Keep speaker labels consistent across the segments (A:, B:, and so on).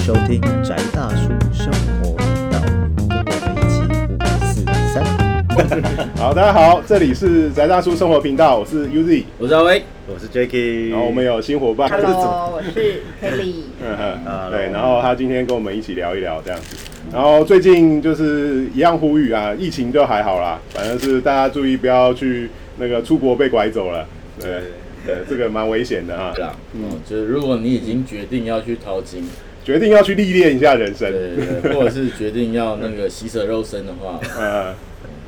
A: 收听宅大叔生活频道，跟我们一起五四三，
B: 好，大家好，这里是宅大叔生活频道，我是 UZ，
C: 我是阿威，
A: 我是 Jacky，
B: 然后我们有新伙伴，
D: Hello，我是 Kelly。
B: 嗯哼，
A: Hello
B: 对，然后他今天跟我们一起聊一聊这样子，然后最近就是一样呼吁啊，疫情就还好啦，反正是大家注意不要去那个出国被拐走了，对，对，这个蛮危险的哈
C: 对，啦，嗯，就是如果你已经决定要去淘金，
B: 决定要去历练一下人生，
C: 对对对，或者是决定要那个洗舍肉身的话，
B: 呃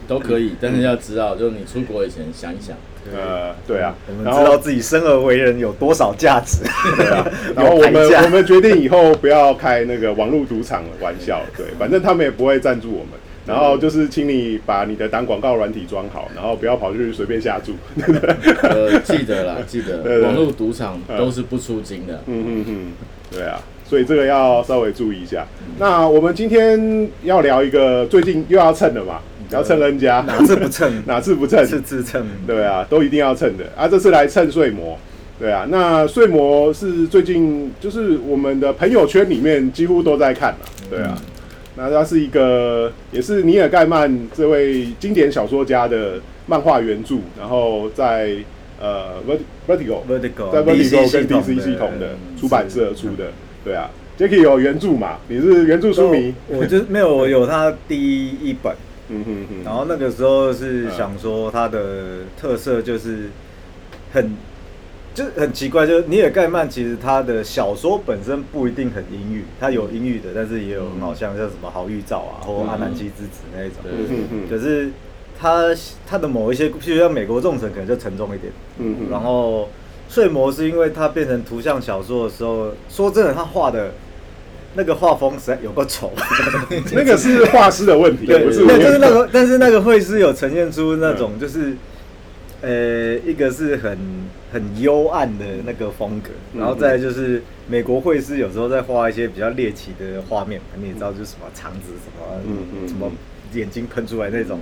C: 都可以，但是要知道，就是你出国以前想一想，
B: 呃，对啊
A: 我，们
B: 然
A: 知道
B: 后
A: 自己生而为人有多少价值，
B: 对啊，然后我
A: 有
B: 们
A: 代价
B: 我们决定以后不要开那个网络赌场的玩笑，对，反正他们也不会赞助我们。然后就是，请你把你的挡广告软体装好，然后不要跑去随便下注。 嗯
C: 呃，记得啦，记
B: 对
C: 得
B: 对
C: 网络赌场都是不出金的，
B: 嗯嗯嗯，对啊，所以这个要稍微注意一下。那我们今天要聊一个，最近又要蹭了嘛，要蹭人家，
A: 哪次不蹭，
B: 哪次不蹭？
A: 次次蹭，
B: 对啊，都一定要蹭的啊！这次来蹭睡魔，对啊，那睡魔是最近就是我们的朋友圈里面几乎都在看了，对啊。那它是一个，也是尼尔盖曼这位经典小说家的漫画原著，然后在呃 Vert- Vertigo
A: Vertigo
B: 在 Vertigo 跟
A: DC 系
B: DC 系
A: 统
B: 统
A: 的
B: 的出版社出的，对啊。Jacky 有原著嘛？你是原著书迷，
A: 我我就没有我有他第一本，
B: 嗯哼哼，
A: 然后那个时候是想说它的特色就是很。就是很奇怪，就是尼尔盖曼其实他的小说本身不一定很阴郁，他有阴郁的，但是也有很好像像什么好预兆啊，或阿南基之子那一种。
C: 对
B: 嗯哼哼，
A: 可是他他的某一些，譬如像美国众神可能就沉重一点，
B: 嗯哼
A: 然后睡魔是因为他变成图像小说的时候，说真的，他画的那个画风实在有够丑，
B: 那个是画师的问题，嗯
A: 对，
B: 不是我
A: 那
B: 的
A: 就是那个，但是那个绘师有呈现出那种就是，呃，一个是很很幽暗的那个风格，
B: 嗯
A: 然后再来就是美国绘师有时候在画一些比较猎奇的画面，你也知道就是什么肠子什么，啊
B: 嗯嗯
A: 什么眼睛喷出来那种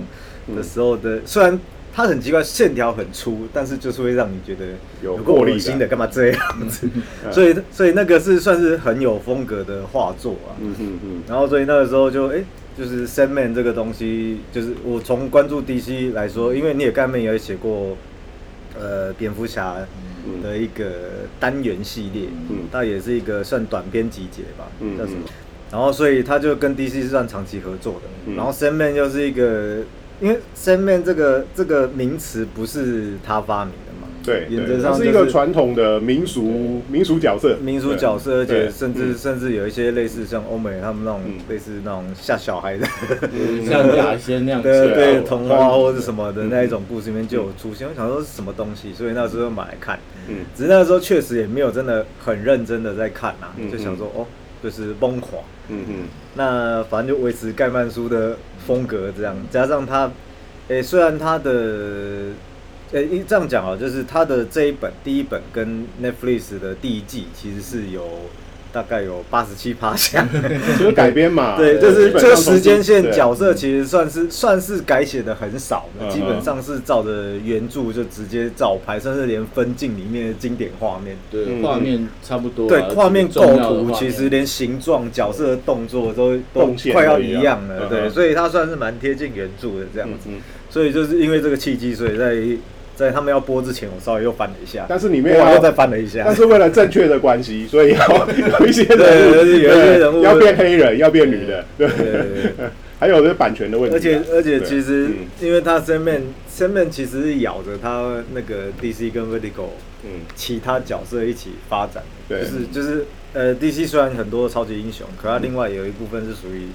B: 嗯
A: 的时候的，虽然。它很奇怪，线条很粗，但是就是会让你觉得
B: 有
A: 够
B: 魄力
A: 恶心
B: 感
A: 的，干嘛这样子？
B: 嗯
A: 所以，所以那个是算是很有风格的画作啊。
B: 嗯哼哼。
A: 然后所以那个时候就哎、诶就是 Sandman 这个东西，就是我从关注 DC 来说，因为你也盖面也有写过，呃，蝙蝠侠
B: 嗯
A: 的一个单元系列，
B: 嗯
A: 它也是一个算短篇集结吧，
B: 嗯
A: 叫什么
B: 嗯？
A: 然后所以他就跟 DC 是算长期合作的，
B: 嗯
A: 然后 Sandman 又是一个，因为 Sandman 这个这个名词不是他发明的嘛，
B: 对，
A: 原
B: 对
A: 则上
B: 它
A: 就是
B: 一个传统的民俗民俗角色，
A: 民俗角色，而
B: 对
A: 且甚至甚至有一些类似像欧美他们那种
B: 嗯
A: 类似那种吓小孩的
C: 像亚仙那 样
A: 对
C: 子，
B: 啊
A: 对嗯
B: 我
A: 童话或者什么的那一种故事里面就有出现，我想说是什么东西，所以那时候买来看。
B: 嗯
A: 只是那时候确实也没有真的很认真的在看啊
B: 嗯，
A: 就想说哦，就是疯狂。
B: 嗯 嗯
A: 那反正就维持盖曼书的风格这样，加上他，诶、虽然他的，诶、一这样讲啊，就是他的这一本第一本跟 Netflix 的第一季其实是有大概有八十七趴 像，
B: 嗯，就是改编嘛，
A: 对，就是
B: 基本
A: 这
B: 上
A: 个
B: 从
A: 时间线
B: 对
A: 角
B: 啊
A: 色其实算是算是改写的很少
B: 嗯
A: 的，
B: 哼
A: 基本上是照着原著就直接照拍，甚至连分镜里面的经典画面。
C: 对，
B: 嗯
C: 画面差不多啊，
A: 对，画面构
C: 重要的画
A: 图
C: 面
A: 其实连形状、角色的动作都都
B: 动线
A: 快要
B: 都一
A: 一
C: 啊
B: 样
A: 样
B: 嗯哼
A: 了，对，所以它算是蛮贴近原著的这样
B: 嗯
A: 子。
B: 嗯，
A: 所以就是因为这个契机，所以在在他们要播之前，我稍微又翻了一下，
B: 但是里面
A: 播完又再
B: 要，
A: 翻了一下
B: 但。是为了正确的关系，所以要 有一些
A: 啊对
B: 人物，
A: 就是有一些人物
B: 要变黑人，要变女的，对，
A: 对对对
B: 还有就是版权的问题啊，
A: 而且而且，
B: 对
A: 其实
B: 嗯
A: 因为他生面生面其实是咬着他那个 DC 跟 Vertigo
B: 嗯
A: 其他角色一起发展，
B: 对
A: 就是就是呃，DC 虽然很多超级英雄，可它另外有一部分是属于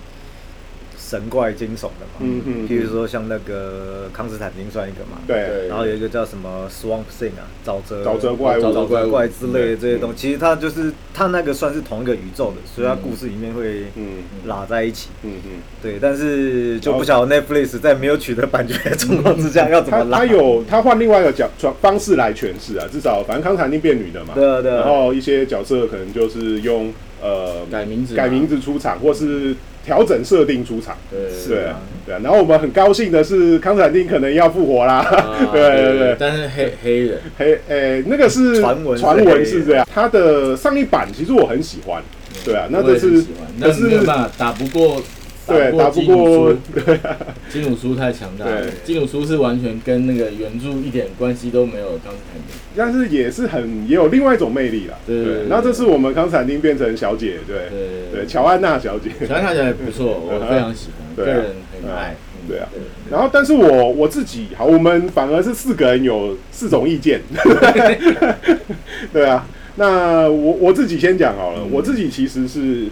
A: 神怪惊悚的嘛，
B: 嗯嗯嗯
A: 譬如说像那个康斯坦丁算一个嘛，，
B: 对
A: 然后有一个叫什么 Swamp Thing 啊，沼泽
B: 沼泽怪物
A: 沼泽怪
C: 沼泽怪物
A: 之类的这些东
B: 对嗯
A: 西，其实它就是它那个算是同一个宇宙的，所以它故事里面会
B: 嗯
A: 拉在一起。
B: 嗯嗯，
A: 对，但是就不晓得 Netflix 在没有取得版权的状况之下要怎么
B: 他
A: 拉。
B: 他嗯有他换另外一个角方方式来诠释啊，至少反正康斯坦丁变女的嘛，
A: 对啊对啊
B: 然后一些角色可能就是用呃
C: 改名字嘛
B: 改名字出场，或是调整设定出场。
C: 对
A: 是
B: 对
A: 啊
B: 对啊，然后我们很高兴的是，康斯坦丁可能要复活啦。
C: 啊
B: 对对对，
C: 但是黑黑人
B: 嘿，诶、那个是
A: 传闻是
B: 传
A: 黑人
B: 闻是这样。他的上一版其实我很喜欢，对啊，那
C: 我
B: 这
C: 也很
B: 是
C: 喜欢，
B: 可
C: 但是没有
B: 是
C: 办法打不过，
B: 对打不
C: 金弩
B: 过
C: 叔，
B: 对啊，
C: 金弩叔太强大了
B: 对，
C: 金弩叔是完全跟那个原著一点关系都没有，刚才的
B: 但是也是很也有另外一种魅力啦。
C: 对对对
B: 那这次我们康斯坦丁变成小姐，对
C: 对
B: 对，乔安娜小姐。
C: 小安看起来不错，我非常喜欢，个
B: 对啊
C: 人很爱，嗯
B: 对啊， 然后但是我我自己好，我们反而是四个人有四种意见， 对啊。那我我自己先讲好了，我自己其实是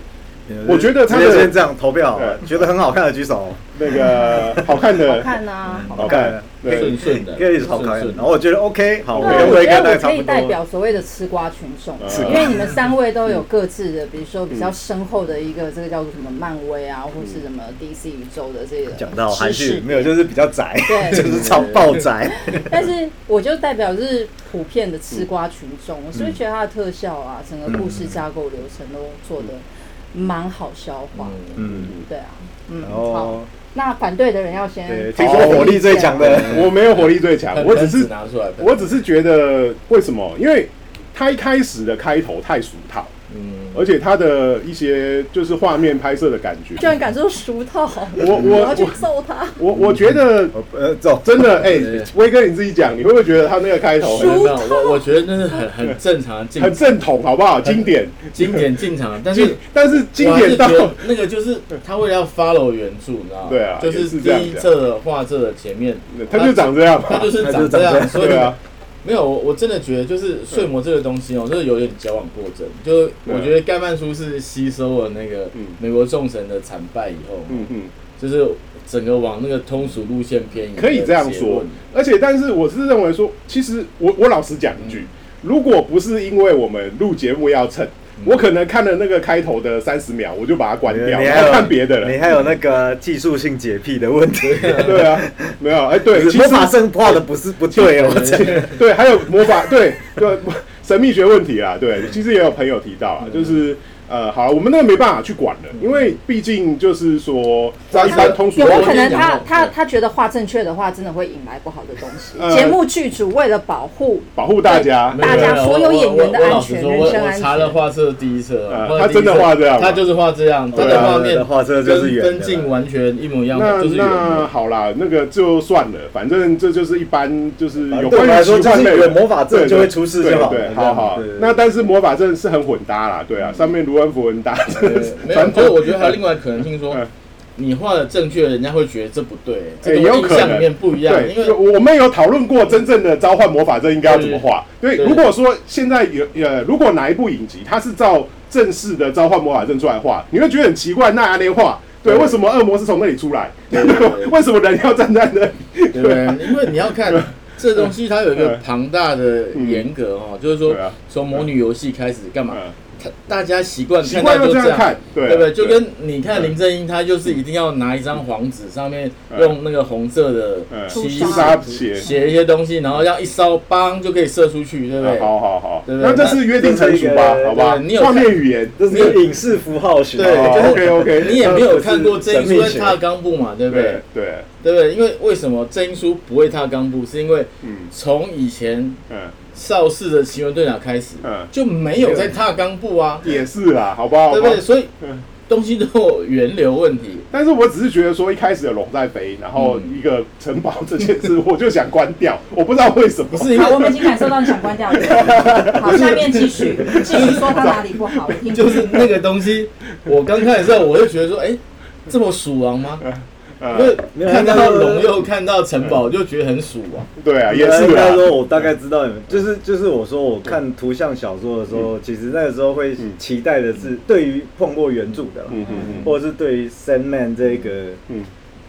B: 我觉得他的
A: 直接先这样投票好了，觉得很好看的举手，
B: 那个好看
D: 好
B: 的，
D: 看啊，好
B: 好
A: 好
B: 看
A: 看，
B: 对
C: 顺顺的，
A: 可以是好
C: 顺
A: 看。
C: 顺
A: 然
C: 的
A: 后哦我觉得 OK，好，
B: 对
A: 我
D: 那
A: 跟
D: 哦我
A: 威
D: 觉
A: 哥
D: 得
A: 那
D: 我
A: 差
D: 可以
A: 不
D: 代表
A: 多。嗯
D: 所谓的吃瓜群众，
B: 是
D: 因为你们三位都有各自的，比如说比较深厚的一个这个叫做什么漫威啊，或是什么 DC 宇宙的这个
A: 嗯讲到韩
D: 知识
A: 剧， 没有，就是比较宅，
D: 对
A: 就是超爆宅。
D: 但是我就代表是普遍的吃瓜群众，我所以觉得它的特效啊，整个故事架构流程都做的蛮好消化的，
C: 嗯
A: 嗯，
D: 对啊，嗯，
A: 然
D: 好
A: 后，
D: 那反对的人要先
A: 对，听说火力最强的，
B: 我没有火力最强，我只
C: 喷
B: 是
C: 子拿出来喷，
B: 我只是觉得为什么？因为他一开始的开头太俗套，
C: 嗯，
B: 而且他的一些就是画面拍摄的感觉，
D: 居然敢说熟套，
B: 我我
D: 我要去
B: 我
D: 揍他，
B: 我我觉得
A: 我呃走，
B: 真的，哎、
C: 对
B: 威哥你自己讲，你会不会觉得他那个开头
C: 没有
B: 很
D: 熟
C: 没有，我我觉得那是很 很正常的进
B: 很正统，好不好？经典，
C: 经典 进场，但
B: 经
C: 是。
B: 但是经典到
C: 我还是觉得那个就是他为了要 follow 原著，你知道吗？
B: 对啊
C: 就
B: 也
C: 是
B: 是
C: 第
B: 这样
C: 一册的画册的前面，
B: 他就长这样嘛
C: 他， 就是
A: 他
C: 长
A: 就
C: 这
A: 长这
C: 样，
A: 样
C: 所以
B: 对啊
C: 没有我我真的觉得就是睡魔这个东西哦，就是有点矫枉过正。就是我觉得盖曼叔是吸收了那个
B: 啊嗯
C: 美国众神的惨败以后，
B: 嗯嗯。
C: 就是整个往那个通俗路线偏移，
B: 可以这样说。而且，但是我是认为说，其实我我老实讲一句，
C: 嗯
B: 如果不是因为我们录节目要蹭，
C: 嗯
B: 我可能看了那个开头的三十秒，我就把它关掉，
A: 你
B: 然
A: 还
B: 后
A: 有
B: 看别的
A: 你
B: 了。
A: 还有那个技术性洁癖的问题，
B: 对啊，没有，哎，对，其
A: 魔
B: 实
A: 法圣画的不是不对哦，我真的
B: 对，还有魔法，对对，神秘学问题啦，对，其实也有朋友提到
A: 嗯
B: 啊，就是。呃，好，我们那个没办法去管了，因为毕竟就是说，在一般通俗
D: 有
B: 的
D: 没
B: 话
D: 有可能
C: 我跟你
D: 他
C: 讲
D: 他
C: 对
D: 他觉得画正确的话，真的会引来不好的东西
B: 呃？
D: 节目剧组为了保 护
B: 保护大家，
C: 没有
D: 大家所有演员的
C: 我我我老
D: 安
C: 实
D: 全
C: 说
D: 人
C: 我
D: 身
C: 我
D: 安
C: 查
D: 全
C: 了画册第一册啊，
B: 嗯
C: 或者
B: 他真的
C: 第一册
B: 画这样吗
C: 他就是画这样，他
B: 对
C: 的
B: 啊
C: 画面
A: 画册就是
C: 跟
A: 圆的
C: 跟
A: 啦
C: 镜完全一模一样
B: 那
C: 的，就是圆
B: 那
C: 的。
B: 好啦，那个就算了，反正这就是一般，就是有关
A: 对我
B: 于
A: 来说
B: 奇幻
A: 就是
B: 类的
A: 有魔法阵
B: 对对
A: 就会出事就好
B: 对，对
A: 了
B: 好好
A: 这样对。嗯
B: 那但是魔法阵是很混搭啦，对啊，上面卢恩符文搭，
C: 没有，
B: 传
C: 所以
B: 统
C: 我觉得还有另外可能性说
B: 嗯，
C: 你画的正确，人家会觉得这不对，这
B: 也
C: 跟
B: 哎有
C: 我印
B: 可
C: 象里
B: 能
C: 面不一样，
B: 对，
C: 因为
B: 就我们有讨论过真正的召唤魔法阵应该要怎么画。对，
C: 对
B: 如果说现在有呃，如果哪一部影集它是照正式的召唤魔法阵出来画，你会觉得很奇怪，那阿莲画。对，
C: 对
B: 为什么恶魔是从那里出来？
C: 对对对
B: 为什么人要站在那里？
C: 对嗯不
B: 啊
C: 对？因为你要 看这东西，它有一个庞大的严格哦，就是
B: 嗯
C: 说
B: 对啊
C: 从魔女游戏开始干嘛
B: 嗯？
C: 它大家习惯
B: 习
C: 看
B: 惯
C: 到
B: 要
C: 就
B: 这样
C: 样
B: 看，对啊
C: 对不对？就
B: 对
C: 跟你看林正英，他就是一定要拿一张黄纸，上面
B: 嗯
C: 用那个红色的
B: 嗯
C: 漆
D: 朱
B: 砂血
C: 写一些东西，然后要一烧，邦就可以射出去，对不对？
B: 啊好好好，
C: 对不
B: 那
C: 对
B: 这是约定成熟吧
A: 那这？个
B: 好吧
C: 对你，有
B: 画
C: 看
B: 面语言哦
A: 这是影视符号学。
C: 对
A: 好
C: 就是
B: OK OK，
C: 你也没有看过正
A: 神
C: 英
A: 秘
C: 书在
A: 学
C: 踏钢步嘛，对不对
B: 嗯对？对，
C: 对不对？因为为什么正英书不会踏钢步，是因为
B: 嗯
C: 从以前
B: 嗯，
C: 邵氏的奇门遁甲开始
B: 嗯，
C: 就没有在踏钢步啊，
B: 也是啦，好不好？
C: 对不对？所以
B: 嗯
C: 东西都有源流问题。
B: 但是我只是觉得说一开始有龙在飞，然后一个城堡这件事，我就想关掉，我不知道为什么。
C: 不是因
D: 好，
C: 为
D: 我们已经感受到你想关 掉了。好，下面继续继续说他哪里不好，我 听
C: 就
D: 不
C: 是
D: 懂。
C: 那个东西，我刚开始的时候我就觉得说，哎，这么鼠王吗？因
B: 呃，
C: 为看到龙又看到城堡，就觉得很鼠王。
B: 对啊，嗯也
A: 应
B: 是
A: 该说，
B: 啦。
A: 我大概知道你们，就是就是我说我看图像小说的时候，其实那个时候会
B: 嗯
A: 期待的是，对于碰过原著的啦，
B: 嗯嗯嗯
A: 或者是对于《Sandman》这个
B: 嗯，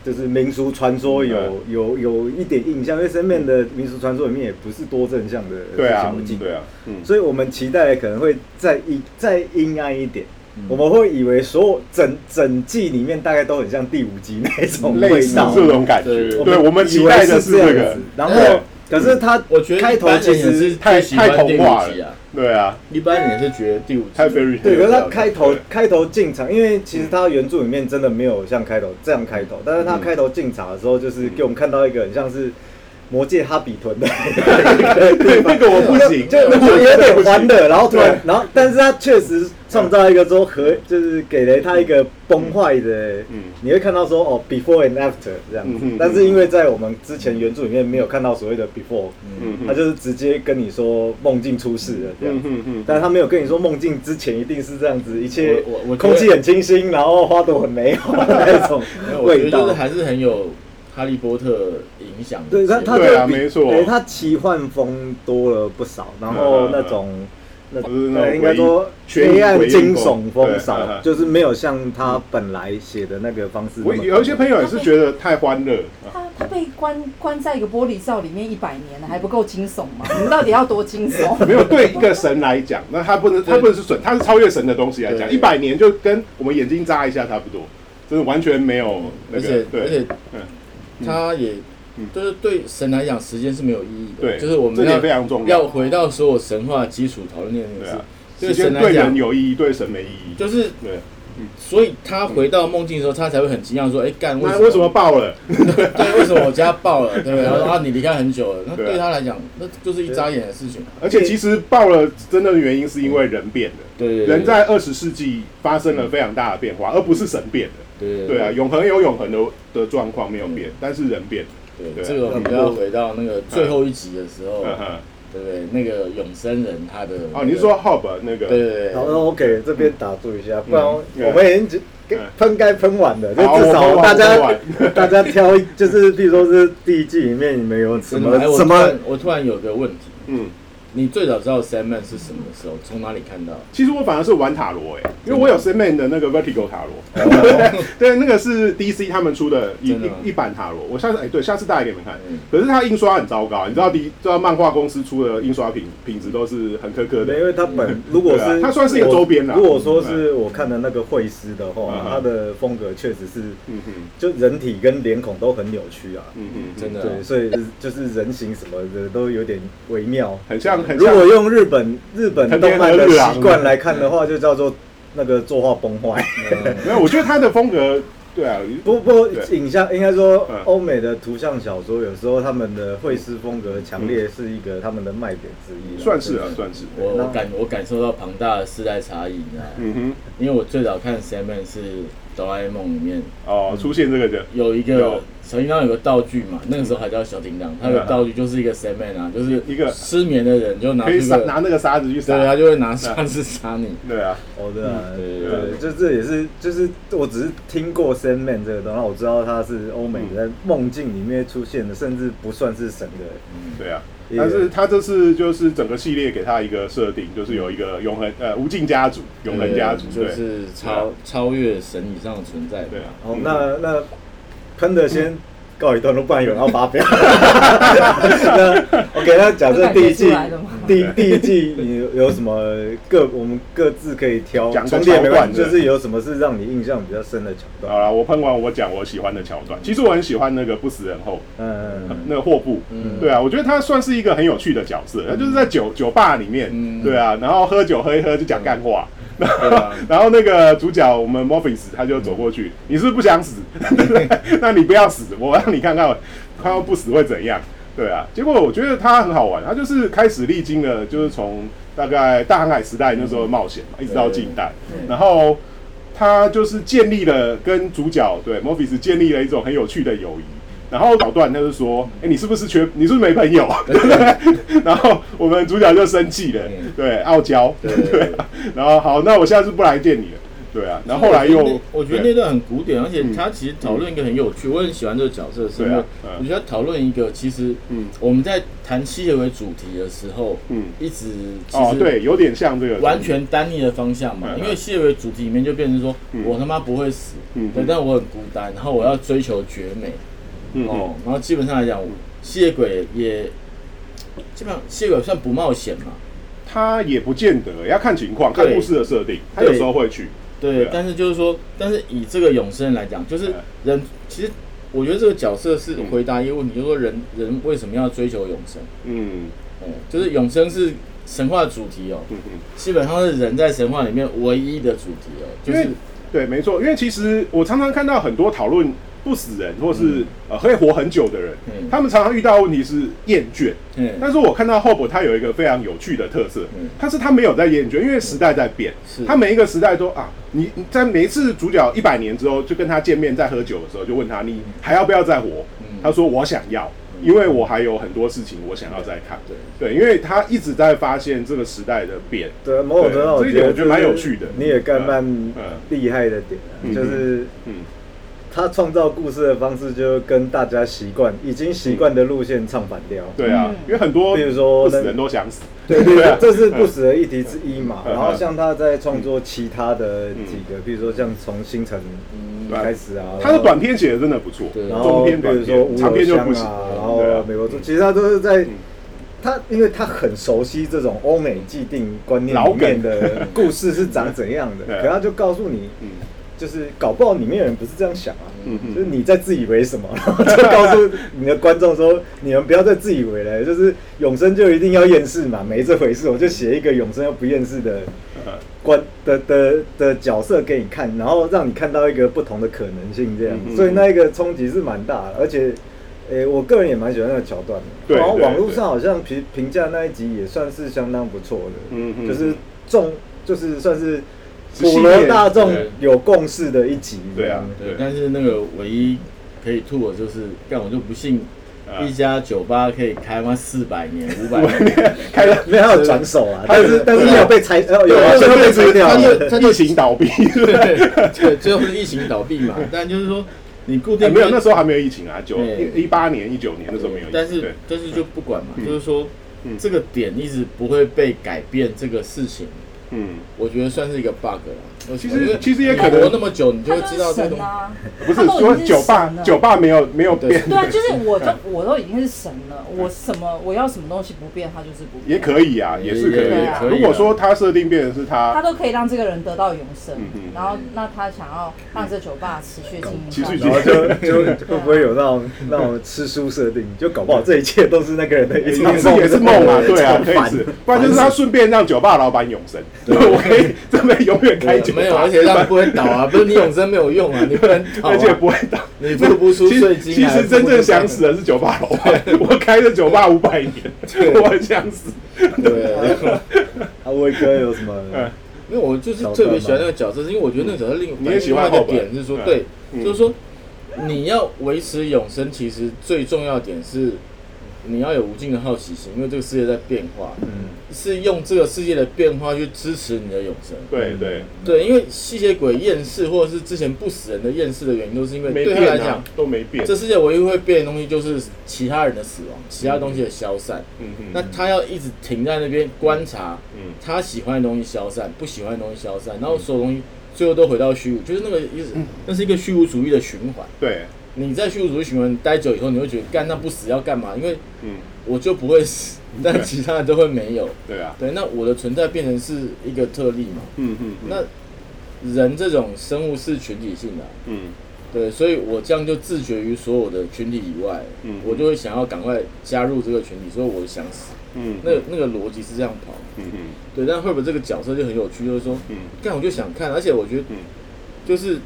A: 就是民俗传说有
B: 嗯
A: 有有一点印象，因为《Sandman》的民俗传说里面也不是多正向的
B: 对
A: 事
B: 啊
A: 情，我记得
B: 对啊，嗯，
A: 所以我们期待的可能会再阴再阴暗一点。
B: 嗯
A: 我们会以为所有整整季里面大概都很像第五集那种
B: 类
A: 味
B: 似
A: 道，
B: 这种感觉。
C: 对
B: 对，我们期待的
A: 以为
B: 是
A: 这
B: 这
A: 样
B: 个
A: 子，然
C: 对
A: 后可是他
C: 我觉得
A: 开
C: 一
A: 头
C: 般
A: 其
C: 人也是
A: 实
B: 太
C: 最喜
B: 太
C: 欢
B: 童
C: 第五
B: 话
C: 集啊
B: 了。。对啊，
C: 一般人也是觉得第五季
B: 太 very
A: 对，可是他
B: 了
A: 开头
B: 对
A: 开头进场，因为其实他原著里面真的没有像开头这样开头，但是
B: 嗯
A: 他开头进场的时候，就是给我们看到一个很像是魔界哈比屯 的
B: 对那个我不行，
A: 就
B: 那个
A: 就
B: 我
A: 有
B: 真的不行
A: 点欢乐，然后突然
B: 对，
A: 然后但是他确实创造一个说和，就是给了他一个崩坏的，
B: 嗯
A: 你会看到说哦，before and after 这样子
B: 嗯哼，
A: 但是因为在我们之前原著里面没有看到所谓的 before，
B: 嗯
A: 他就是直接跟你说梦境出事了这
B: 嗯
A: 样子。
B: 嗯嗯，
A: 但他没有跟你说梦境之前一定是这样子，一切
C: 我我我觉得
A: 空气很清新，然后花朵很 美好的那种
C: 没有我觉
A: 味
C: 得
A: 道。
C: 就是还是很有哈利波特影响的
A: 对
C: 结
A: 他，
C: 果。
A: 他
B: 对啊
A: 就比
B: 没错啊
A: 对他奇幻风多了不少，然后那种那
B: 就是那种
A: 呃应该说
B: 诡异
A: 黑暗
B: 诡
A: 惊
B: 异
A: 悚
B: 风
A: 风
B: 对啊
A: 少，就是没有像他本来写的那个方式那
B: 我
A: 么。
B: 有一些朋友也是觉得太欢乐，啊
D: 他他被关关在一个玻璃罩里面一百年了，还不够惊悚吗？ 你们到底要多惊 悚？
B: 没有对一个神来讲，那他不能他不能是神，他是超越神的东西来讲，
C: 对
B: 一百年就跟我们眼睛眨一下差不多，真的完全没有那
C: 而
B: 个
C: 且而
B: 对
C: 且，他也
B: 嗯
C: 就是对神来讲，时间是没有意义的。
B: 对
C: 就是我
B: 这
C: 们
B: 点
C: 要
B: 非常重要
C: 要回到所有神话基础讨论那件
B: 对
C: 事
B: 啊。，
C: 对
B: 时间
C: 神
B: 对
C: 来
B: 人
C: 讲，
B: 有意义，对神没意义，
C: 就是
B: 对。
C: 所以他回到梦境的时候，他才会很惊讶说：“哎，干
B: 那为什么爆了？
C: 对，为什么我家爆了？ 对不对？然后说啊，你离开很久了，那
B: 对啊
C: 对他来讲，那就是一眨眼的事情。
B: 而且其实爆了，真正的原因是因为人变的。
C: 对对对，
B: 人在二十世纪发生了非常大的变化，而不是神变的。
C: 对对嗯
B: 对啊，永恒有永恒的的状况没有变，但是人变了。对
C: 对，
B: 啊
C: 这个我们就要回到那个最后一集的时候，
B: 嗯哼
C: 对不对？那个永生人他的那个
B: 哦，你是说 Hob 那个？
C: 对对对
A: 然，后 OK，这边打住一下，不然
B: 嗯
A: 我们已经
B: 嗯
A: 喷该喷完了，就
B: 好
A: 至
B: 我喷
A: 少
B: 完
A: 大
B: 我
A: 家
B: 喷
A: 大家挑一，就是比如说是第一季里面你们有什
C: 真的吗
A: 么
C: 哎我
A: 什
C: 突
A: 么
C: 然我突然有个问题，
B: 嗯，
C: 你最早知道 Sandman 是什么时候？从哪里看到？
B: 其实我反而是玩塔罗哎，因为我有 Sandman 的那个 Vertigo 塔罗， 对，那个是 DC 他们出的一
C: 真的吗
B: 一一版塔罗。我下次哎，对，下次带给你们看
C: 嗯。
B: 可是它印刷很糟糕，你知道第知道漫画公司出的印刷品品质都是很苛刻的
A: 没，因。为它本如果
B: 对啊
A: 是
B: 它算是一个周边啦
A: 我如果说是我看的那个绘师的话
B: 嗯，
A: 它的风格确实是
B: 嗯哼，
A: 就人体跟脸孔都很扭曲啊，
B: 嗯哼，
C: 真的啊
A: 对，所以就是人形什么的都有点微妙。
B: 很像很
A: 如
B: 像
A: 果用日本日本
B: 藤田
A: 动漫
B: 和
A: 的
B: 日郎
A: 习惯来看的话，就叫做那个作画崩坏。
B: 没有，我觉得他的风格，对啊，
A: 不不
B: 对，
A: 影像应该说
B: 嗯
A: 欧美的图像小说有时候他们的绘师风格强烈是一个他们的卖点之一啦，
B: 算是啊，算是。
C: 我我感我感受到庞大的世代差异，你知道吗？
B: 嗯哼，
C: 因为我最早看 Sandman 是哆啦 A 梦里面
B: 哦，出现这个的，
C: 有一
B: 有嗯
C: 个小叮当有个道具嘛，那个时候还叫小叮当，它有个道具就是一个 Sandman 啊，就是
B: 一个
C: 失眠的人就拿
B: 可以
C: 这
B: 杀
C: 个，
B: 拿那个沙子去杀嗯
C: 对，，啊他就会拿沙子杀你。
B: 对啊，
A: 哦，对啊，
C: 嗯对
A: 对，就这也是，就是我只是听过 Sandman 这个东西，然后我知道它是欧美
B: 嗯
A: 在梦境里面出现的，甚至不算是神的。
B: 对啊。
A: 也
B: 但是他这次就是整个系列给他一个设定，就是有一个永恒呃无尽家族，永恒家族，
C: 对
B: 对，
C: 就是超超越神以上的存在。
B: 对啊。
A: 好，那那喷的先告一段落，不然有人要发 表。那 OK，那假设第一季
D: 都感觉出来了吗，
A: 第第一季有有什么各我们各自可以挑
B: 讲个
A: 重叠没关
B: 桥段
A: 系，
B: 的
A: 就是有什么是让你印象比较深的桥段？
B: 好啦，我喷完我讲我喜欢的桥段，其实我很喜欢那个不死人后，
A: 嗯，
B: 那个霍布，
C: 嗯
B: 对啊，我觉得他算是一个很有趣的角色，他就是在酒酒吧里面，
C: 嗯
B: 对啊，然后喝酒喝一喝就讲干话，
C: 对啊，
B: 然后那个主角我们 Morpheus 他就走过去，
C: 嗯
B: 你是不是不想死？ 那你不要死，我让你看看，看看不死会怎样？对啊，结果我觉得他很好玩，他就是开始历经了，就是从大概大航海时代那时候的冒险嘛，一直到近代，
C: 嗯
B: 然后他就是建立了跟主角对 Morpheus 建立了一种很有趣的友谊。然后老段他就说：“哎、你是不是缺？你是不是没朋友？” 然后我们主角就生气了，
C: 嗯
B: 对，傲娇，
C: 对对对
B: 啊然后好，那我下次不来见你了。对啊，然后后来又，嗯
C: 我觉得那段很古典，而且他其实讨论一个很有趣，我很喜欢这个角色，是
B: 对
C: 因为
B: 啊嗯
C: 我觉得他讨论一个其实
B: 嗯
C: 我们在谈吸血为主题的时候，
B: 嗯
C: 一直其
B: 哦，
C: 实
B: 对，有点像这个
C: 完，全单一的方向嘛，
B: 嗯
C: 因为谢维主题里面就变成说，
B: 嗯
C: 我他妈不会死，
B: 嗯
C: 对，但我很孤单，然后我要追求绝美，
B: 嗯
C: 哦，然后基本上来讲，谢鬼也基本上谢鬼算不冒险嘛，
B: 他也不见得要看情况，看
C: 对
B: 故事的设定，他有时候会去，对
C: 对，
B: 啊
C: 但是就是说，但是以这个永生来讲，就是
B: 嗯
C: 人其实我觉得这个角色是
B: 嗯
C: 回答一个问题，就是说人人为什么要追求永生？
B: 嗯，
C: 哦，就是永生是神话主题哦，
B: 嗯嗯，
C: 基本上是人在神话里面唯一的主题哦，就
B: 因为
C: 是
B: 对，没错，因为其实我常常看到很多讨论不死人或是、呃可以活很久的人，
C: 嗯
B: 他们常常遇到的问题是厌倦。
C: 嗯
B: 但是我看到 Hope 他有一个非常有趣的特色
C: 嗯，
B: 他是他没有在厌倦，因为时代在变
C: 是，
B: 他每一个时代都啊，你你在每一次主角一百年之后，就跟他见面在喝酒的时候，就问他你还要不要再活
C: 嗯？
B: 他说我想要，因为我还有很多事情我想要再看。
C: 对
B: 对，因为他一直在发现这个时代的变。
A: 对，某种程度上
B: 对这一点
A: 我
B: 我觉得蛮
A: 就是
B: 有趣的
A: 你也干蛮
B: 嗯嗯
A: 厉害的点啊、
B: 嗯
A: 就是
B: 嗯，
A: 他创造故事的方式就跟大家习惯已经习惯的路线唱反调。
B: 对啊
D: 嗯，
B: 因为很多
A: 比如说
B: 不死
A: 那
B: 人都想死。
A: 对对
B: 啊
A: 对，这是不死的议题之一嘛。
B: 嗯
A: 然后像他在创作其他的几个，比如说像从星辰
B: 对啊
A: 开始啊，
B: 他的短篇写的真的不错，
C: 对
A: 然后
B: 中篇、
A: 比
B: 短
A: 如说
B: 篇、
A: 吴
B: 长
A: 有
B: 篇就
A: 香
B: 不行。
A: 啊，然
B: 对啊
A: 后美国中，其实他都是在
B: 嗯。
A: 他因为他很熟悉这种欧美既定观念
B: 老
A: 里
B: 梗
A: 面的 故事是长怎样的，
B: 对啊
A: 可他就告诉你，
B: 嗯
A: 就是搞不好里面的人不是这样想啊，
B: 嗯嗯
A: 就是你在自以为什么， 然后就告诉你的观众说，你们不要再自以为了，就是永生就一定要厌世嘛，没这回事，我就写一个永生又不厌世的
B: 呃
A: 观的的的角色给你看，然后让你看到一个不同的可能性，这样，
B: 嗯嗯嗯
A: 所以那一个冲击是蛮大的，而且。诶、我个人也蛮喜欢那个桥段的。
B: 对
A: 然后
B: 对
A: 网络
B: 对
A: 上好像评评价那一集也算是相当不错的。
B: 嗯嗯
A: 就是
B: 嗯
A: 众，就是算是
B: 是
A: 普
B: 系
A: 罗
B: 列
A: 大众
C: 对
A: 有共识的一集。
B: 对啊
C: 对，但是那个唯一可以吐我就是，干我就不信
B: 啊
C: 一家酒吧可以开吗？四百 年、五百年，
A: 开了没有他有转手啊，但是
B: 对
A: 但是没有被拆，呃，有 啊，
B: 对
A: 最后被拆掉
C: 他
A: 了。
C: 就他就
B: 疫情倒闭，
C: 对对，最后是疫情倒闭嘛。但就是说，你固
B: 哎
C: 定
B: 没有那时候还没有疫情啊，九
C: 对
B: 一八年、一九年那时候没有疫情，
C: 但是
B: 对
C: 但是就不管嘛，
B: 嗯
C: 就是说
B: 嗯
C: 这个点一直不会被改变，这个事情
B: 嗯，
C: 我觉得算是一个 bug 啦。
B: 其实其实也可
C: 你活那
B: 能
C: 么久，你就
D: 他
C: 会
D: 就
C: 知道
D: 是
C: 这个东
D: 神
C: 西。
D: 啊，
B: 不是
D: 他都已
B: 说
D: 经是
B: 酒吧
D: 神了
B: 酒吧没有没有变，
D: 对啊，就是 我就我都已经是神了，我什么我要什么东西不变，他就是不
B: 也
D: 变，
B: 可以啊，也是可以
D: 也也
B: 啊。
D: 可以啊
B: 如果说他设定变成是
D: 他
B: 他，
D: 都可以让这个人得到永生
B: 嗯嗯，
D: 然后那他想要让这酒吧持续经营
B: 其
D: 下
B: 实已
D: 去
A: 然
B: 经，
A: 后就就会不会有那种那种吃书设定，就搞不好这一切都是那个人的一
B: 也
A: 场
B: 是也是梦啊，
A: 对
B: 对啊，
A: 超
B: 可
A: 烦
B: 以是，不然就是他顺便让酒吧老板永生，对， 我可以这边永远开酒吧，
C: 没有，而且让不会倒啊，不是你永生没有用啊，你不能倒、
B: 而
C: 啊，
B: 且不会倒。
C: 你付不出
B: 其
C: 税
B: 实
C: 金、啊。
B: 其实真正想死的是酒吧老板，我开着酒吧五百年，我很想死。
C: 对啊，
A: 啊，威哥有什么？
B: 嗯
C: 没有，我就是特别喜欢那个角色，是因为我觉得那个角色另
B: 你嗯也喜欢
C: 另外一
B: 后
C: 个
B: 本
C: 点是说，
B: 嗯
C: 对，
B: 嗯
C: 就是说你要维持永生，其实最重要的点是你要有无尽的好奇心，因为这个世界在变化，
A: 嗯，
C: 是用这个世界的变化去支持你的永生。
B: 对对，
C: 对，因为吸血鬼厌世，或者是之前不死人的厌世的原因，都是因为
B: 没
C: 对他来
B: 变
C: 讲
B: 啊，，都没变。
C: 这世界唯一会变的东西就是其他人的死亡，其他东西的消散。
B: 嗯嗯
C: 那他要一直停在那边观察，
B: 嗯
C: 他喜欢的东西消散，不喜欢的东西消散，然后所有东西最后都回到虚无，就是那个意思，那是一个虚无主义的循环。
B: 对，
C: 你在虚无主义循环待久以后，你会觉得干那不死要干嘛？因为
B: 嗯
C: 我就不会 死，但其他人都会没有。
B: 对啊，
C: 对，那我的存在变成是一个特例嘛？
B: 嗯嗯
C: 那人这种生物是群体性的啊、
B: 嗯
C: 对，所以我这样就自觉于所有的群体以外，
B: 嗯
C: 我就会想要赶快加入这个群体，所以我想死。
B: 嗯
C: 那那个逻辑是这样跑的，
B: 嗯嗯
C: 对。但 Herb 这个角色就很有趣，就是说，
B: 嗯
C: 但我就想看，而且我觉得
B: 嗯
C: 就是，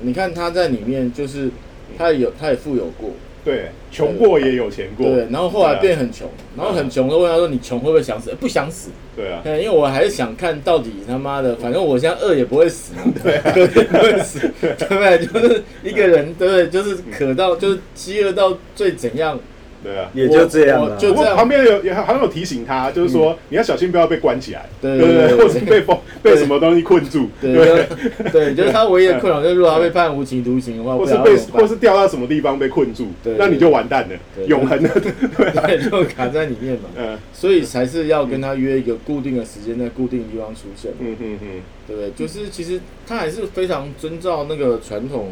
C: 你看他在里面就是他有他也富有过，
B: 对，穷过也有钱过。啊
C: 对，然后后来变很穷，然后很穷的问他说你穷会不会想死？欸不想死，
B: 对 啊，
C: 对，因为我还是想看到底他妈的，反正我现在饿也不会死嘛，对，
B: 啊
C: 不会 死，对不对？就是一个人，对不对？就是渴到，就是饥饿到最怎样？
B: 对啊。
A: 也就这样了。
C: 我
B: 不
C: 就
B: 过旁边有也好像有提醒他，就是说
C: 嗯
B: 你要小心不要被关起来，对或者被封被什么东西困住，
C: 对，就对，就是他唯一的困扰就是，如果他被判无期徒刑的话，
B: 或
C: 不
B: 是
C: 知道
B: 被
C: 怎么办
B: 或是掉到什么地方被困住，那你就完蛋了，永恒 的，
C: 对，就卡在里面嘛。
B: 嗯
C: 所以才是要跟他约一个固定的时间，在固定的地方出现嘛，
B: 嗯嗯嗯，
C: 对不对？就是其实他还是非常遵照那个传统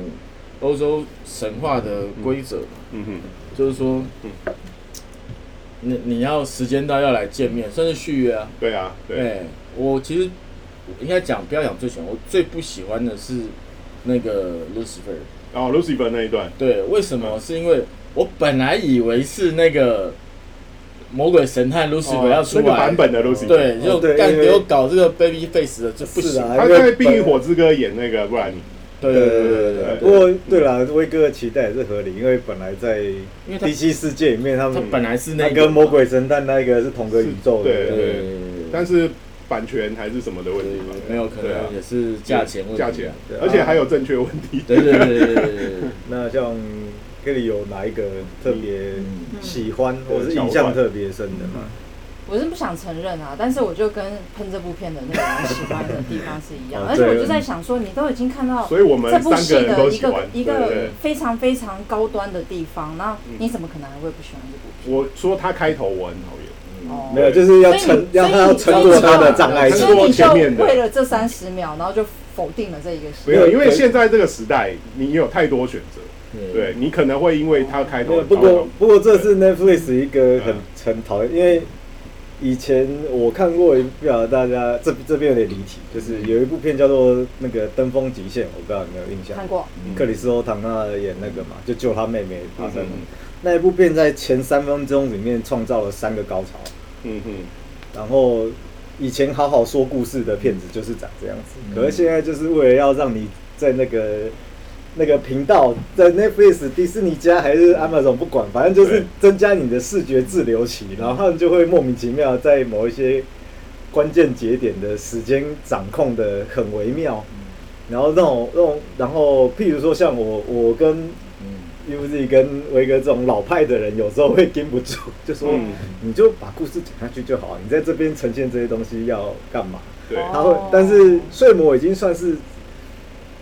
C: 欧洲神话的规则嘛，
B: 嗯嗯
C: 就是说，你你要时间到要来见面，算是续约啊。
B: 对啊，对，
C: 对，我其实应该讲，不要讲最喜欢，我最不喜欢的是那个 Lucifer。
B: 然后
A: 嗯
B: Lucifer 那一段，
C: 对，为什么？是因为我本来以为是那个魔鬼神探
A: 哦
C: Lucifer 要出
B: 那
C: 来，
B: 个版本的 Lucy，
C: 对，就
A: 对
C: 干
A: 因为
C: 给我搞这个 Baby Face 的，这不
A: 是
C: 行。
A: 啊
B: 他在《冰与火之歌》演那个布兰妮，
C: 对对对对对对，
A: 不过对啦，威哥的期待也是合理，因为本来在
C: 为他
A: 第七世界里面，他
C: 他
A: 们
C: 本来是那
A: 那
C: 个
A: 跟魔。鬼神探那一个是同个宇宙的，
B: 对
C: 对对对对
B: 但是版权还是什么的问题嘛
C: 对，，没有可
B: 对啊
C: 能也是价钱问题。
B: 价钱
A: 对，啊
B: 而且还有正确问题。
C: 对对对对对 对对。
A: 那像这里有哪一个特别嗯喜欢或是印象特别深的吗？
D: 我是不想承认啊，但是我就跟喷这部片的内容喜欢的地方是一样，
A: 哦
D: 而且我
A: 对
D: 就在想说，你都已经看到
B: 所以我们
D: 哦这部
B: 三
D: 戏
B: 个人
D: 的
B: 都
D: 一
B: 喜
D: 个
B: 欢，
D: 一
B: 对对
D: 个
B: 对
D: 非常非常高端的地方，那
B: 嗯
D: 你怎么可能还会不喜欢这部片？
B: 我说他开头我很讨厌，
D: 哦
A: 没有，就是要
D: 所以
A: 撑
D: 你，
A: 要他要
D: 所以
A: 撑
D: 你
A: 过
D: 就
A: 他的障碍
B: 撑
A: 线
B: 过。
D: 所以你
B: 前
D: 就
B: 面的
D: 为了这三十秒，然后就否定了这一个戏。
B: 没有，因为现在这个时代，你有太多选择，对，你可能会因为他开头
A: 对，
B: 很
A: 不
B: 讨
A: 过
B: 厌，
A: 不过这是 Netflix 一个很
B: 嗯
A: 很讨厌，因为以前我看过一部，不晓得大家这这边有点离题，就是有一部片叫做那个《登峰极限》，我不知道有没有印象
D: 看。过，
A: 克里斯托唐纳演那个嘛，就救他妹妹发
B: 嗯
A: 生
B: 嗯嗯
A: 那一部片在前三分钟里面创造了三个高潮，
B: 嗯哼，
A: 然后以前好好说故事的片子就是长这样子，可是现在就是为了要让你在那个那个频道，在 Netflix、迪士尼家还是 Amazon 不管，反正就是
B: 对
A: 增加你的视觉滞留期，然后他们就会莫名其妙在某一些关键节点的时间掌控的很微妙，然后那种那种，然后譬如说像我我跟
C: 嗯，
A: UZ 跟威哥这种老派的人，有时候会盯不住，就说、
B: 嗯
A: 你就把故事讲下去就好，你在这边呈现这些东西要干嘛？
B: 对，
D: 哦
A: 他会，但是睡魔已经算是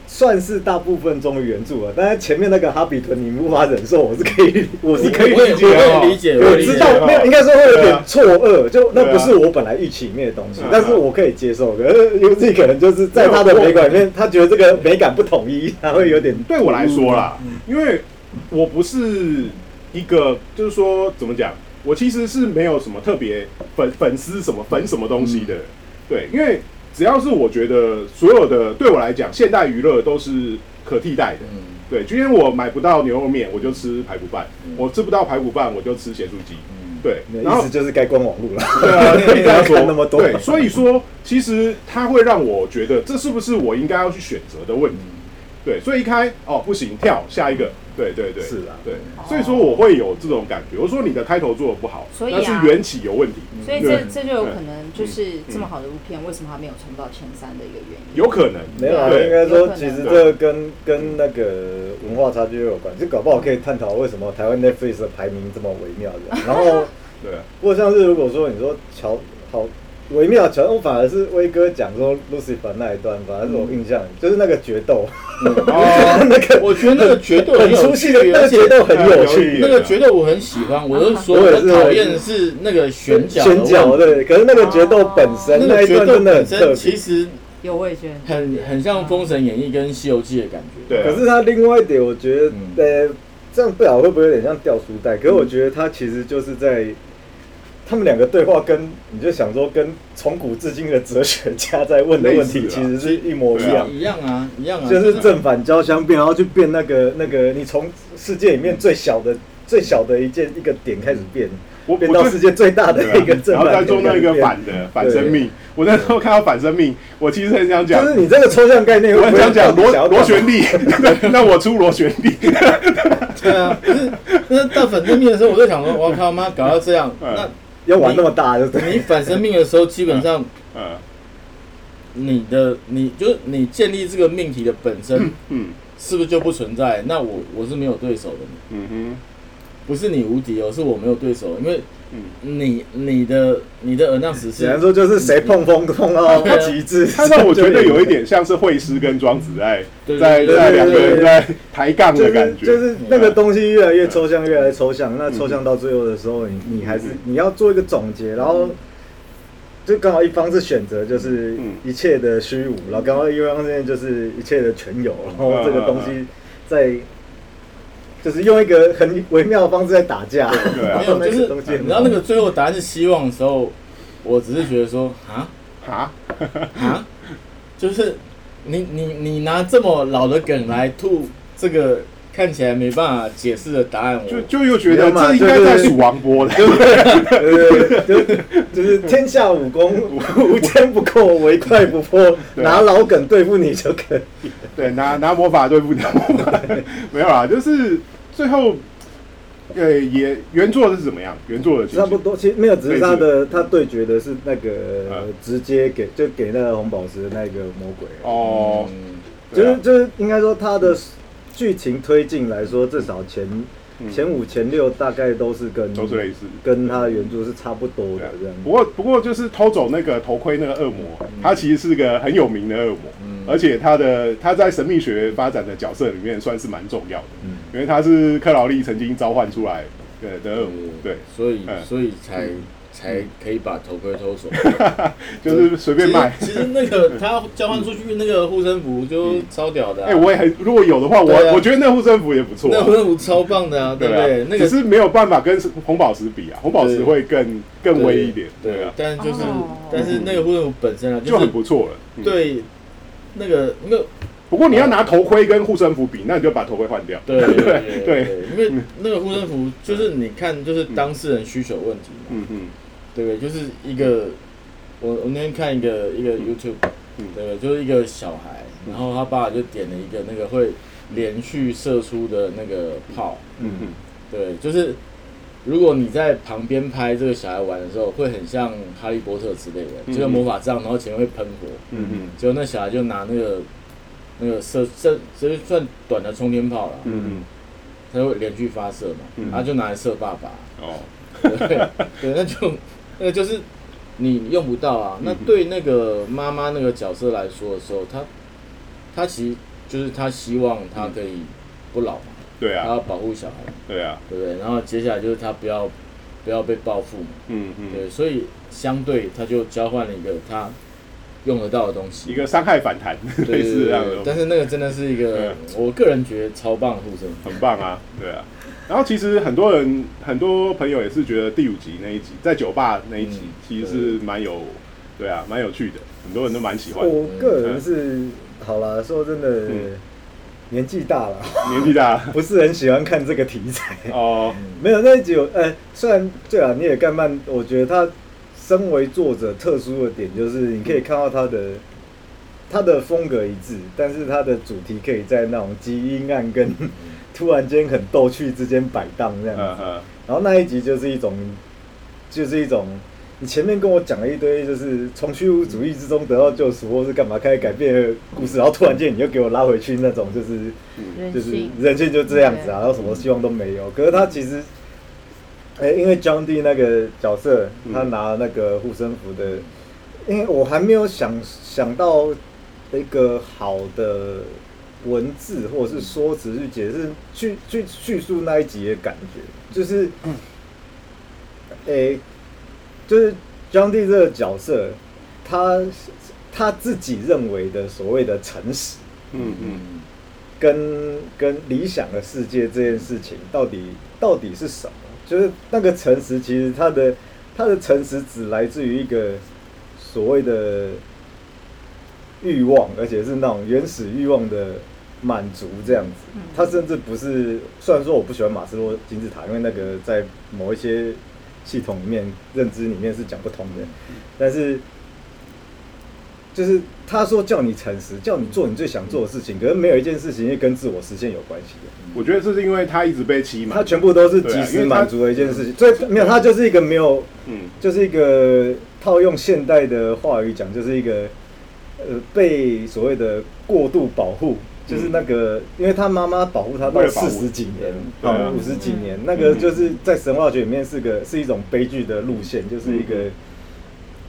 A: 算是大部分忠于原著了，但是前面那个哈比豚你无法忍受，我是可以，我是可以
C: 我也
A: 理解
C: 我
A: 的
B: 啊
A: 哦。
C: 也理解，
A: 我
C: 也理解
A: 知道，没有，应该说会有
B: 对
A: 点
B: 啊
A: 错愕，就那
B: 对啊
A: 不是我本来预期里面的东西
B: 嗯，
C: 啊
A: 但是我可以接受。可是 UZ 可能就是在他的美感里面，他觉得这个美感不统一，他会有点
B: 对我来说啦，因为我不是一个，就是说怎么讲，我其实是没有什么特别粉粉丝什么粉什么东西的，对，因为只要是我觉得所有的对我来讲，现代娱乐都是可替代的。
C: 嗯
B: 对，今天我买不到牛肉面，我就吃排骨饭；我吃不到排骨饭，我就吃咸酥鸡。
C: 嗯
B: 对，然
A: 意
B: 后
A: 思就是该关网路了。
B: 对 啊，可以这样说
A: 看那么多
B: 对，所以说其实它会让我觉得这是不是我应该要去选择的问题。对，所以一开哦不行，跳下一个。对对对，
A: 是啊
B: 对，
D: 哦
B: 所以说我会有这种感觉。我说你的开头做的不好，
D: 所以
B: 那
D: 啊
B: 是缘起有问题，
D: 所以
B: 对嗯
D: 这这就有可能就是这么好的一部片，为什么它没有冲到前三的一个原因？
B: 有可能。
A: 没有啊，
B: 对
A: 应该
D: 有
A: 说
D: 可能
A: 其实这跟跟那个文化差距有关，就搞不好可以探讨为什么台湾 Netflix 的排名这么微妙的。然后，
B: 对啊，
A: 不过像是如果说你说乔好微妙，乔我反而是威哥讲说 Lucifer 那一段，反而是我印象里就是那个决斗，
B: 哦，
A: 那个
C: 我觉得那个绝对
A: 很出戏的那个决斗很有趣，
C: 那个绝对我很喜欢，我是说
A: 我也
C: 我
A: 是
C: 讨厌的是那个选角，
A: 拳脚，对，可是那个决斗本身
C: 那
A: 那
C: 个
A: 一
C: 决
A: 段
C: 斗
A: 真的很
C: 本
A: 特
C: 身
A: 别。
C: 其实
D: 有，我也觉得
C: 很很像《封神演义》跟《西游记》的感觉。
B: 对啊
A: 可是他另外一点，我觉得，呃，这样不晓得会不会有点像掉书袋？可是我觉得他其实就是在他们两个对话跟，你就想说跟从古至今的哲学家在问的问题，
B: 类似
A: 其
B: 啊
A: 实是一模一
B: 对啊
A: 样。
C: 一样啊，一样啊，
A: 就是正反交相变，然后去变那个那个，你从世界里面最小的、最小的一件一个点开始变，
B: 我
A: 变
B: 我
A: 到
B: 就
A: 世界最大的
B: 对啊
A: 一个正
B: 然后
A: 反，
B: 再做那个反的反生命。我那时候看到反生命，我其实很想
A: 就
B: 讲，
A: 是你这个抽象概念，
B: 我很想讲
A: 我
B: 螺
A: 想要干嘛
B: 螺旋力， 那我出螺旋力。
C: 对啊。可是那到反正面的时候，我就想说，我靠妈，搞到这样，
A: 嗯
C: 那
A: 要玩那么大，就对了。
C: 你反生命的时候，基本上
B: 呃，
C: 你的你就是你建立这个命题的本身
B: 嗯
C: 是不是就不存在？那我我是没有对手的，
B: 嗯哼，
C: 不是你无敌哦，是我没有对手，因为
B: 嗯，
C: 你你的你的 announce
A: 只能
C: 是
A: 说就是谁碰风碰到极致，
B: 他让我觉得有一 点像是惠师跟庄子在
C: 对
B: 在
C: 对
B: 在两个
A: 对对
B: 人
A: 对
B: 在抬杠
A: 就
B: 的
A: 是
B: 感觉，
A: 就是那个东西越来越抽象，越来越抽象。那抽象到最后的时候，你你还是你要做一个总结，然后就刚好一方是选择就是
B: 嗯
A: 一切的虚无，然后刚好一方面就是一切的全有，然后这个东西在就是用一个很微妙的方式在打架，
B: 对啊
C: 没
A: 然
C: 有
A: 后
C: 就
A: 那
C: 是
A: 个东西
C: 你
A: 很
C: 知道那个最后答案是希望的时候，我只是觉得说啊
B: 哈，
C: 啊，就是你你你拿这么老的梗来吐这个看起来没办法解释的答案，我
B: 就就又觉
A: 哦没
B: 得
A: 有嘛
B: 这应该在
A: 就是
B: 数王波的，
A: 对，就是天下武功，无坚不破，唯快不破，
B: 对啊
A: 拿老梗对付你就可以。
B: 对，拿拿魔法对付拿魔 法，没有啦，就是最后，呃，也原作的是怎么样？原作的情
A: 差不
B: 形
A: 多，其实没有，只是他
B: 类
A: 的他对决的是那个、
B: 啊
A: 直接给就给那个红宝石的那个魔鬼，
B: 哦，
C: 嗯
A: 就
B: 对
A: 是
B: 啊
A: 就是应该说他的剧情推进来说，至少前、
B: 嗯
A: 前五前六大概都是跟
B: 都是类似。
A: 跟他的原著是差不多
B: 对啊
A: 的这样。
B: 不过，不过就是偷走那个头盔那个恶魔，
C: 嗯
B: 他其实是个很有名的恶魔，而且他的他在神秘学发展的角色里面算是蛮重要的，
A: 嗯
B: 因为他是克劳利曾经召唤出来的的恶魔，
C: 嗯
B: 对，
C: 所以
B: 嗯
C: 所以才才可以把头盔 偷走。
B: 就是随便卖。
C: 其实其实那个他交换出去那个护身符就超屌的 啊，
B: 哎、我也很，如果有的话，我、
C: 对啊
B: 我觉得那护身符也不错、啊。
C: 那护身符超棒的啊，对不
B: 对
C: 对
B: 啊？，
C: 那
B: 只
C: 个
B: 是没有办法跟红宝石比啊，红宝石
C: 对
B: 会更更
C: 对
B: 威一点，对
C: 对
B: 啊，，
C: 但就是
D: 哦
C: 但是那个护身符本身啊，
B: 就是很不错了。嗯，
C: 对那个那个
B: 不过你要拿头盔跟护身符比，那你就把头盔换掉。
C: 对对
B: 对，
C: 因为那个护身符就是你看就是当事人需求问题嘛，
B: 嗯嗯
C: 对不对？就是一个我我那天看一个一个 YouTube，
B: 嗯
C: 对不对？就是一个小孩，然后他爸就点了一个那个会连续射出的那个炮，
B: 嗯嗯，
C: 对，就是如果你在旁边拍这个小孩玩的时候，会很像哈利波特之类的，
B: 嗯
C: 就是魔法杖，然后前面会喷火，
B: 嗯嗯
C: 结果那小孩就拿那个那个射射，就是算短的冲天炮了，
B: 嗯嗯，
C: 他会连续发射嘛
B: 嗯，
C: 他就拿来射爸爸，
B: 哦，
C: 对，对，那就那个就是你用不到
B: 嗯
C: 啊。那对那个妈妈那个角色来说的时候，她她其实就是她希望她可以不老嘛，
B: 对
C: 她
B: 啊
C: 要保护小孩，
B: 对啊，
C: 对不对？然后接下来就是她不要不要被报复嘛，
B: 嗯嗯，
C: 对，所以相对她就交换了一个她用得到的东西，
B: 一个伤害反弹
C: 对
B: 类
C: 对
B: 似
C: 对
B: 这样
C: 对，
B: 的，
C: 但是那个真的是一
B: 对
C: 个
B: 啊
C: 我个人觉得超棒的护身符，
B: 很棒啊，对啊。然后其实很多人很多朋友也是觉得第五集那一集在酒吧那一集
C: 嗯
B: 其实是蛮有，对啊，蛮有趣的，很多人都蛮喜欢的。
A: 我个人是好啦，说真的，
B: 嗯
A: 年纪大了，
B: 年纪大了
A: 不是很喜欢看这个题材。
B: 哦，
A: 没有那一集有，呃、虽然对啊，你也干漫，我觉得他身为作者特殊的点就是，你可以看到他的他的风格一致，但是他的主题可以在那种极阴暗跟 突然间很逗趣之间摆荡这样子。
B: 嗯嗯。
A: 然后那一集就是一种，就是一种，你前面跟我讲了一堆，就是从虚无主义之中得到救赎，或是干嘛开始改变的故事，然后突然间你又给我拉回去那种，就是
D: 人
A: 就是
D: 性
A: 人性就这样子啊，然后什么希望都没有。可是他其实，哎、因为 John D 那个角色，他
B: 嗯
A: 拿那个护身符的，因为我还没有想想到一个好的文字或者是说辞去解释、去去叙述那一集的感觉，就是，诶、就是 John D 这个角色，他他自己认为的所谓的诚实。
B: 嗯嗯
C: 嗯，
A: 跟跟理想的世界这件事情到底到底是什么？就是那个诚实，其实它的它的诚实只来自于一个所谓的欲望，而且是那种原始欲望的满足这样子
D: 嗯。
A: 它甚至不是，虽然说我不喜欢马斯洛金字塔，因为那个在某一些系统里面认知里面是讲不通的，但是就是他说叫你诚实，叫你做你最想做的事情，可是没有一件事情是跟自我实现有关系的，
B: 我觉得这是因为他一直被欺瞒，
A: 他全部都是
B: 嗯对
A: 及
B: 啊因
A: 时
B: 为他
A: 满足的一件事情，所以没有他就是一个没有，
B: 嗯
A: 就是一个套用现代的话语讲，就是一个呃被所谓的过度保护。就是那个，因为他妈妈保护他
B: 嗯为
A: 到
B: 了保护
A: 四十几年，
B: 对啊嗯
A: 到五十几年，那个就是在神话学里面是个是一种悲剧的路线，就是一
B: 嗯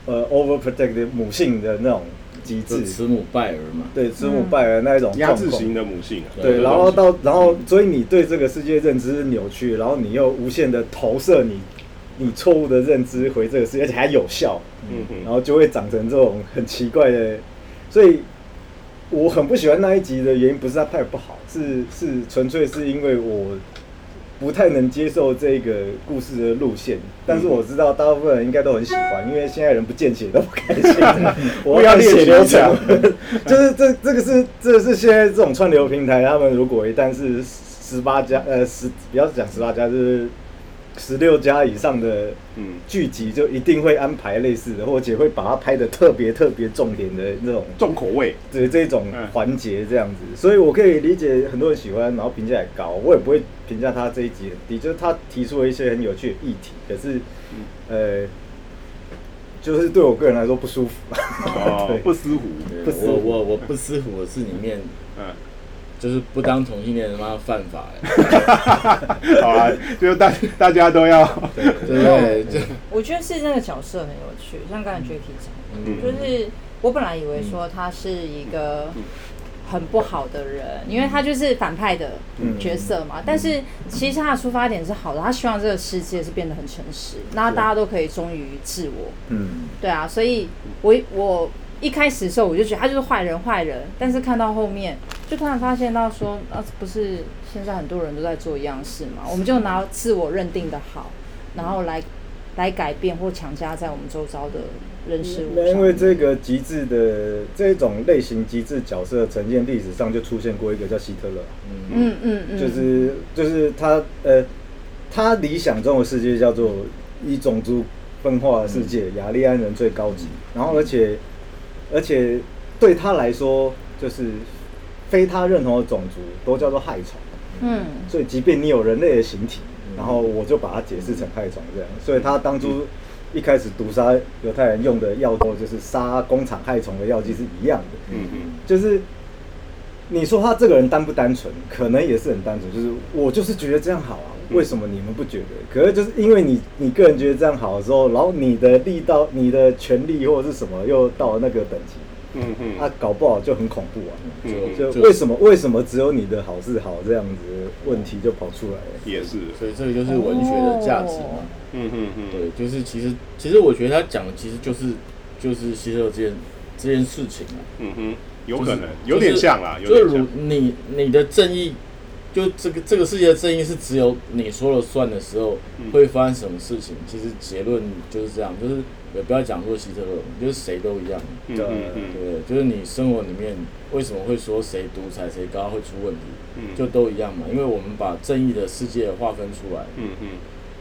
A: 个呃 overprotective 母性的那种机
C: 就
A: 制，
C: 慈母败儿嘛，
A: 对，慈母拜尔那一种
B: 嗯压
A: 状
B: 制
A: 况。
B: 型的母性啊，
A: 对，然后到然后，所以你对这个世界认知是扭曲，然后你又无限的投射你你错误的认知回这个世界，而且还有效，
B: 嗯
A: 然
B: 嗯
A: 后就会长成这种很奇怪的。所以我很不喜欢那一集的原因，不是它拍的不好，是是纯粹是因为我不太能接受这个故事的路线。但是我知道大部分人应该都很喜欢，因为现在人不见血都不开心。我看血流成，就是这这个是这个是现在这种串流平台，他们如果一旦是十八加呃十，不要讲十八加，就是十六加以上的
B: 嗯，
A: 剧集，就一定会安排类似的，或者会把它拍的特别特别重点的那种
B: 重口味，
A: 对这种
B: 嗯
A: 环节这样子，所以我可以理解很多人喜欢，然后评价也高，我也不会评价他这一集很低，就是他提出了一些很有趣的议题，可是，呃，就是对我个人来说不舒服。
B: 哦
A: 对，
B: 不思湖，
A: 不
C: 我
A: 舒服
C: 我我不思虎是里面
B: 嗯，
C: 就是不当同性恋他妈犯法哎、
B: 好啦，就大大家都要，
C: 对不对？就
D: 我觉得是那个角色很有趣，像刚才 Jacky 讲的，
B: 嗯
D: 就是我本来以为说他是一个很不好的人，因为他就是反派的角色
B: 嗯
D: 嘛。但是其实他的出发点是好的，他希望这个世界是变得很诚实，那大家都可以忠于自我。
A: 嗯，
D: 对啊，所以我我一开始的时候我就觉得他就是坏人坏人，但是看到后面就突然发现到说，啊，不是现在很多人都在做一样事嘛，我们就拿自我认定的好，然后来来改变或强加在我们周遭的人事物
A: 那
D: 上。
A: 嗯因为这个极致的这种类型极致角色的呈现，历史上就出现过一个叫希特勒，
D: 嗯嗯嗯，
A: 就是就是他呃，他理想中的世界叫做以种族分化的世界，雅利安人最高级。然后而且而且对他来说，就是非他认同的种族都叫做害虫。
D: 嗯
A: 所以即便你有人类的形体，然后我就把它解释成害虫这样。所以他当初一开始毒杀犹太人用的药剂，就是杀工厂害虫的药剂是一样的。
B: 嗯嗯，
A: 就是你说他这个人单不单纯，可能也是很单纯，就是我就是觉得这样好啊，
B: 嗯
A: 为什么你们不觉得？可是就是因为你你个人觉得这样好的时候，然后你的力道、你的权利或者是什么又到了那个等级，
B: 嗯嗯
A: 啊，搞不好就很恐怖啊。
B: 嗯，
A: 就为什么为什么只有你的好是好这样子问题就跑出来了？
B: 也是，
C: 所以这个就是文学的价值嘛。
D: 哦
B: 嗯嗯嗯，
C: 对，就是其实其实我觉得他讲的其实就是就是希特勒这件这件事情啊，
B: 嗯哼，有
C: 就是
B: 可能有点像啦，有
C: 就是
B: 点
C: 如
B: 像，
C: 你你的正义，就这个这个世界的正义是只有你说了算的时候
B: 嗯
C: 会发生什么事情。其实结论就是这样，就是也不要讲说希特勒，就是谁都一样，
B: 嗯嗯嗯
C: 对不对？就是你生活里面为什么会说谁独裁谁高会出问题，
B: 嗯，
C: 就都一样嘛，因为我们把正义的世界划分出来，
B: 嗯嗯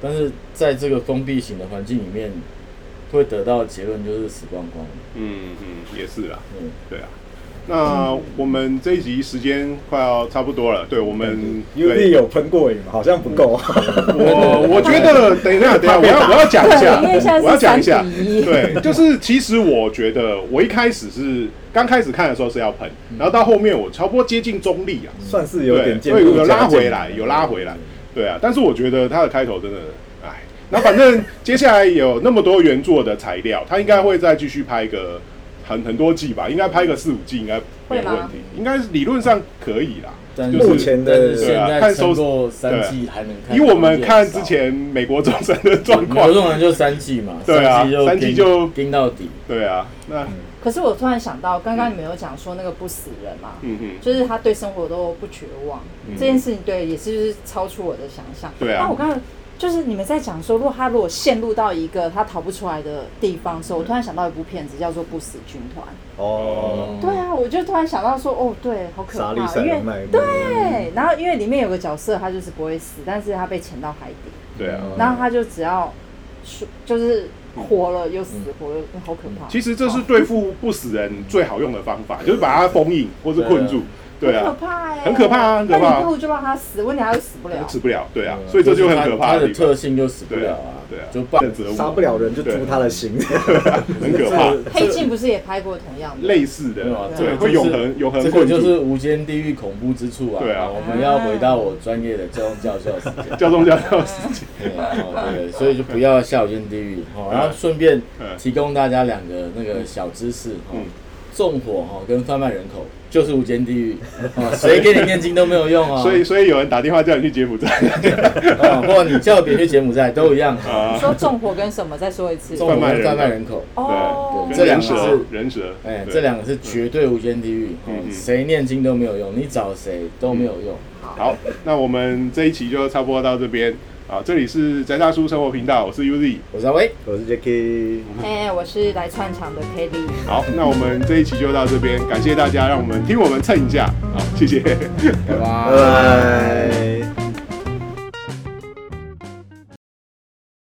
C: 但是在这个封闭型的环境里面，会得到的结论就是死光光。
B: 嗯嗯，也是啦。
C: 嗯，
B: 对啊。那我们这一集时间快要差不多了，对我们
A: 因为
B: 嗯对嗯
A: 有喷过瘾，好像不够 啊。
B: 我我觉得等一下，等一下，我要我要讲一下
D: 对因为现在，是
B: 我要讲一下
D: 3比，一
B: 对，就是其实我觉得我一开始是刚开始看的时候是要喷，然后到后面我差不多接近中立啊，
A: 算是有
B: 对，
A: 点见
B: 所
A: 步
B: 以有
A: 行
B: 拉
A: 步
B: 回来，有拉回来，对啊。但是我觉得它的开头真的，哎，那反正接下来有那么多原作的材料，它应该会再继续拍个很很多季吧，应该拍个四五季应该没有
D: 会吗
B: 问题，应该是理论上可以啦。
C: 但
B: 就是
A: 目前的
C: 但是
B: 对
C: 现
B: 啊
C: 在
B: 看收
C: 撑
B: 视啊
C: 过三季还能看，
B: 以我们看之，前美国众神的状
C: 有
B: 况
C: 这，种人就三季嘛，
B: 对啊
C: 季就
B: 三季就
C: 盯到底。
B: 对啊，那
D: 可是我突然想到，刚刚你们有讲说那个不死人嘛，
B: 嗯嗯
D: 就是他对生活都不绝望，
B: 嗯
D: 这件事情对也是就是超出我的想象。
B: 对啊
D: 那我刚刚就是你们在讲说，如果他如果陷入到一个他逃不出来的地方的时候，我突然想到一部片子叫做《不死军团》。
A: 哦，
D: 对啊，我就突然想到说，哦，对，好可怕，
A: 沙利塞
D: 因
A: 人
D: 为
A: 脉
D: 对，啊然后因为里面有个角色，他就是不会死，但是他被潜到海底，
B: 对啊。
D: 然后他就只要说就是活了又死，活了嗯又好可怕。
B: 嗯其实这是对付不死人最好用的方法，就是把它封印或是困住，对啊
D: 很可，怕哎，
B: 很可怕啊很可怕
D: 那你不如就让他死，问题他又死不了。
B: 死不了，对啊，所以这就很可怕
C: 嗯它的
B: 地方
C: 特性就死不了啊，
B: 对啊对啊
C: 就半
B: 责物
A: 杀不了人就诛他的心，
B: 很可怕，
D: 黑镜不是也拍过同样
B: 啊
D: 的？
B: 类似的
C: 没有啊，，这
B: 对，
C: 个
B: 会
C: 就
B: 永
C: 是
B: 恒永恒
C: 这个
B: 困
C: 就
B: 住。
C: 是无间地狱恐怖之处啊！
B: 对啊
C: 我们要回到我专业的教宗教授时 间。
B: 教 宗教
C: 啊
B: 教事情，
C: 对哦对，所以就不要下有间地狱哈。哦然后顺便
B: 嗯
C: 提供大家两个那个小知识哈
B: 嗯，
C: 纵火哈跟贩卖人口就是无间地狱，哦 谁给你念经都没有用哦。
B: 所以所以有人打电话叫你去柬埔 寨，
C: 哦或你叫别人去柬埔寨都一样，哦
D: 你说纵火跟什么？再说一次。
C: 纵火
B: 啊贩卖人
C: 跟
B: 口
C: 贩卖人口，
D: 哦
B: 对，，
C: 这
B: 跟
C: 两
B: 人
C: 个
B: 蛇
C: 是
B: 人蛇，
C: 哎，
B: 对
C: 这两个是绝对无间地狱，哦
B: 嗯嗯嗯
C: 谁念经都没有用，你找谁都没有用。
B: 好，那我们这一期就差不多到这边啊，这里是宅大叔生活频道，我是 Uzi，
C: 我是阿威，
A: 我是 Jacky，
D: 哎、我是来串场的 Kelly。
B: 好，那我们这一期就到这边，感谢大家，让我们听我们蹭一下，好，谢谢。
C: 拜拜
A: 拜。拜。